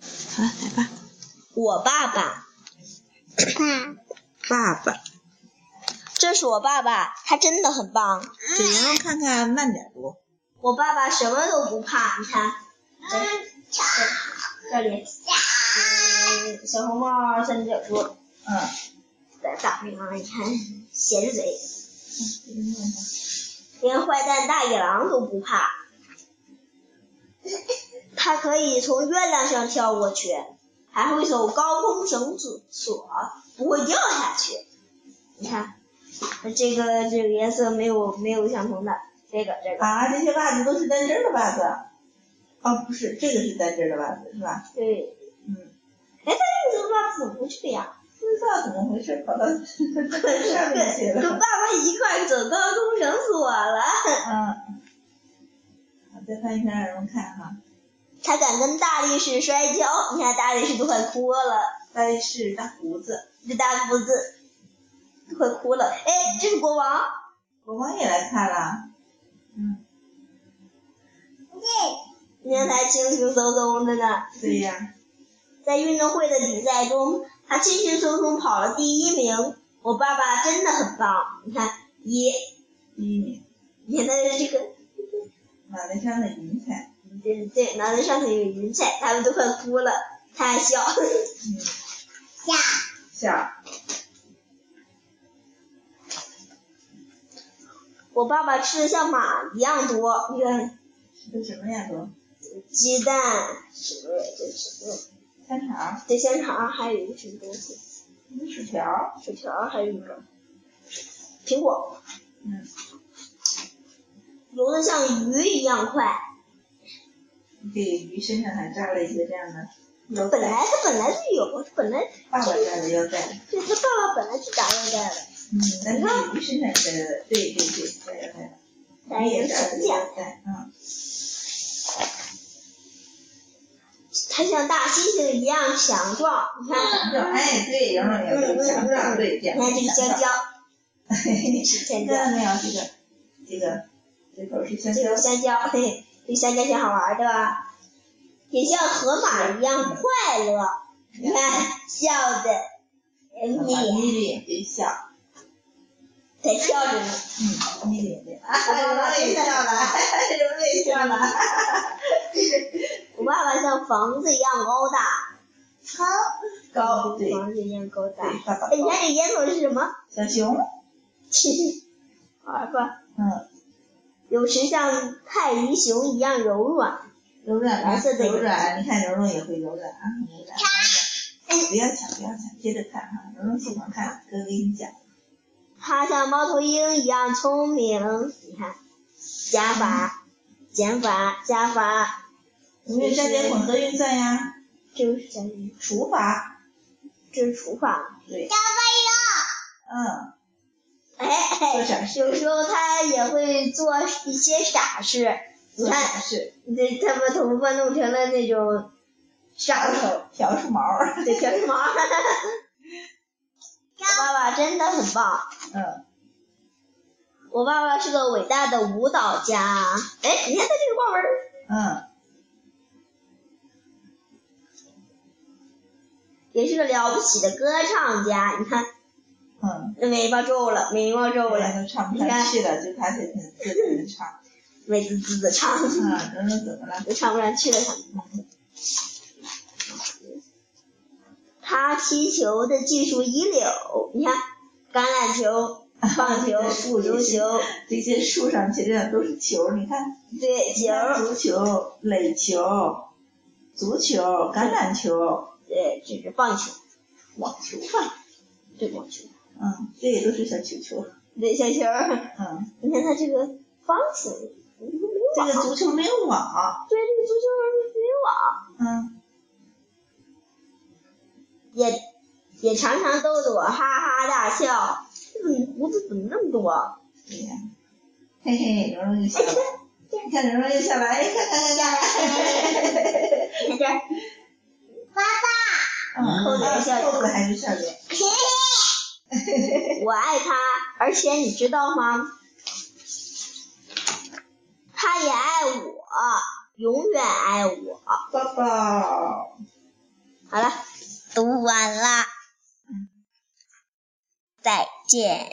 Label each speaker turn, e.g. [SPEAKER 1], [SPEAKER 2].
[SPEAKER 1] 好了，来吧。
[SPEAKER 2] 我爸爸，
[SPEAKER 3] 爸
[SPEAKER 1] 爸爸，
[SPEAKER 2] 这是我爸爸，他真的很棒。
[SPEAKER 1] 给洋洋看看慢点读。
[SPEAKER 2] 我爸爸什么都不怕，你看，这这这里，嗯，小红帽三只脚猪，
[SPEAKER 1] 嗯，
[SPEAKER 2] 再打比方，你看，斜着嘴，连坏蛋大野狼都不怕，他可以从月亮上跳过去，还会走高空绳索索，不会掉下去。你看，这个这个颜色没有没有相同的，这个这个，
[SPEAKER 1] 啊，这些袜子都是单针的袜子。哦，不是，这个是单针的袜子是吧？
[SPEAKER 2] 对，
[SPEAKER 1] 嗯，
[SPEAKER 2] 哎，但是你的袜子怎么不这样？
[SPEAKER 1] 不知道怎么回事，跑到 上面去
[SPEAKER 2] 跟爸
[SPEAKER 1] 了。
[SPEAKER 2] 爸一块儿走高空绳索了。
[SPEAKER 1] 嗯，好，再翻一篇让我们看哈。
[SPEAKER 2] 他敢跟大力士摔跤，你看大力士都快哭了，
[SPEAKER 1] 大力士大胡子，
[SPEAKER 2] 这大胡子都快哭了。哎，这是国王，
[SPEAKER 1] 国王也来看了。嗯，
[SPEAKER 2] 你看他轻轻松松的呢。
[SPEAKER 1] 对呀，
[SPEAKER 2] 在运动会的比赛中，他轻轻松松跑了第一名。我爸爸真的很棒，你看一，
[SPEAKER 1] 第一名，
[SPEAKER 2] 你看他的这个，
[SPEAKER 1] 脑袋上的云彩。
[SPEAKER 2] 对对，脑袋上头有云彩，他们都快哭了，他还笑。
[SPEAKER 1] 嗯，
[SPEAKER 3] 呀，
[SPEAKER 1] 笑。
[SPEAKER 2] 我爸爸吃的像马一样多，你看
[SPEAKER 1] 这是什么呀？都
[SPEAKER 2] 鸡蛋什么这什么
[SPEAKER 1] 香肠，
[SPEAKER 2] 这香肠，还有一个什么东西，
[SPEAKER 1] 这是薯条。
[SPEAKER 2] 薯条，还有一个苹果，
[SPEAKER 1] 嗯，
[SPEAKER 2] 游得像鱼一样快。
[SPEAKER 1] 给鱼身上还扎了一个这样的腰
[SPEAKER 2] 本
[SPEAKER 1] 带，
[SPEAKER 2] 来它本来就有，它本来
[SPEAKER 1] 爸爸扎的腰带。
[SPEAKER 2] 这这爸爸本来就打腰带了，
[SPEAKER 1] 嗯，但是鱼身上扎的，对对对，扎腰带。
[SPEAKER 2] 但是
[SPEAKER 1] 也
[SPEAKER 2] 有
[SPEAKER 1] 扎了
[SPEAKER 2] 绳
[SPEAKER 1] 个
[SPEAKER 2] 结。
[SPEAKER 1] 腰带，嗯，
[SPEAKER 2] 它像大猩猩一样强壮，你看，
[SPEAKER 1] 强壮。哎，对，杨老有个强壮，对，这
[SPEAKER 2] 你
[SPEAKER 1] 样。
[SPEAKER 2] 看这个香蕉，是香
[SPEAKER 1] 你
[SPEAKER 2] 蕉，
[SPEAKER 1] 看到没有？这个，这个，这口是香
[SPEAKER 2] 这
[SPEAKER 1] 蕉
[SPEAKER 2] 个。香蕉，嘿嘿，这香蕉挺好玩的吧？也像河马一样快乐，你看笑的，哎
[SPEAKER 1] 妈
[SPEAKER 2] 眯
[SPEAKER 1] 妈
[SPEAKER 2] 眼
[SPEAKER 1] 眯着眼睛笑，
[SPEAKER 2] 在笑着呢。
[SPEAKER 1] 嗯，眯着眼睛，啊，
[SPEAKER 2] 妈妈
[SPEAKER 1] 人也笑了，人也笑了，
[SPEAKER 2] 我爸爸像房子一样高大，
[SPEAKER 1] 高，对，
[SPEAKER 2] 房子一样高大。
[SPEAKER 1] 对，爸爸
[SPEAKER 2] 哎，你
[SPEAKER 1] 高
[SPEAKER 2] 看，这烟头是什么？
[SPEAKER 1] 小熊，
[SPEAKER 2] 玩吧。
[SPEAKER 1] 嗯，
[SPEAKER 2] 有时像泰迪熊一样柔软。
[SPEAKER 1] 柔软
[SPEAKER 2] 蓝
[SPEAKER 1] 吧
[SPEAKER 2] 色，的
[SPEAKER 1] 柔软，你看柔柔也会柔软啊，柔软，
[SPEAKER 2] 哎
[SPEAKER 1] 不要抢，不要抢，接着看哈，柔柔喜欢看，哥给你讲，
[SPEAKER 2] 它像猫头鹰一样聪明。你看，加法、减法、加法，
[SPEAKER 1] 有没有加减混合运算呀？
[SPEAKER 2] 这个是加减，
[SPEAKER 1] 除法，
[SPEAKER 2] 这是除法。
[SPEAKER 1] 对，
[SPEAKER 3] 爸
[SPEAKER 1] 嗯，
[SPEAKER 2] 哎
[SPEAKER 1] 做
[SPEAKER 2] 哎，
[SPEAKER 1] 啥事？
[SPEAKER 2] 有时候它也会做一些傻事。你
[SPEAKER 1] 做
[SPEAKER 2] 看，
[SPEAKER 1] 啥事？
[SPEAKER 2] 这它把头发弄成了那种傻头。
[SPEAKER 1] 调出毛儿，
[SPEAKER 2] 对，小流氓。我爸爸真的很棒，
[SPEAKER 1] 嗯，
[SPEAKER 2] 我爸爸是个伟大的舞蹈家。哎，你看他这个花纹儿，
[SPEAKER 1] 嗯，
[SPEAKER 2] 也是个了不起的歌唱家。你看，
[SPEAKER 1] 嗯。
[SPEAKER 2] 眉毛皱了，眉毛皱
[SPEAKER 1] 后
[SPEAKER 2] 了，
[SPEAKER 1] 哎来都唱不上去了，就他自己自己 唱。
[SPEAKER 2] 美滋滋的唱，
[SPEAKER 1] 啊，蓉蓉怎么了？
[SPEAKER 2] 都唱不上去了。他们他踢球的技术一流，你看，橄榄球、棒球
[SPEAKER 1] 这个、树
[SPEAKER 2] 足
[SPEAKER 1] 也是
[SPEAKER 2] 球，
[SPEAKER 1] 这些树上其实都是球，你看，
[SPEAKER 2] 对球，
[SPEAKER 1] 足球、垒球、足球、橄榄球、
[SPEAKER 2] 对，这是棒球，
[SPEAKER 1] 网球吧，
[SPEAKER 2] 对网球，
[SPEAKER 1] 嗯，这也都是小球球，
[SPEAKER 2] 对小球儿。
[SPEAKER 1] 嗯，
[SPEAKER 2] 你看它这个方形，
[SPEAKER 1] 这个足球没有网，
[SPEAKER 2] 对这个足球没网，
[SPEAKER 1] 嗯，
[SPEAKER 2] 也也常常逗得我哈哈大笑。这怎么胡子怎么那么多？
[SPEAKER 1] 对呀，嘿嘿，蓉蓉又笑了，你看蓉蓉又笑了，哎，看看看看，
[SPEAKER 2] 你看这儿，
[SPEAKER 1] 嗯，
[SPEAKER 2] 扣子还笑
[SPEAKER 1] 扣子还是笑脸，
[SPEAKER 2] 我爱他，而且你知道吗？他也爱我，永远爱我。
[SPEAKER 1] 抱抱。
[SPEAKER 4] 好了。
[SPEAKER 2] 读完啦，再见。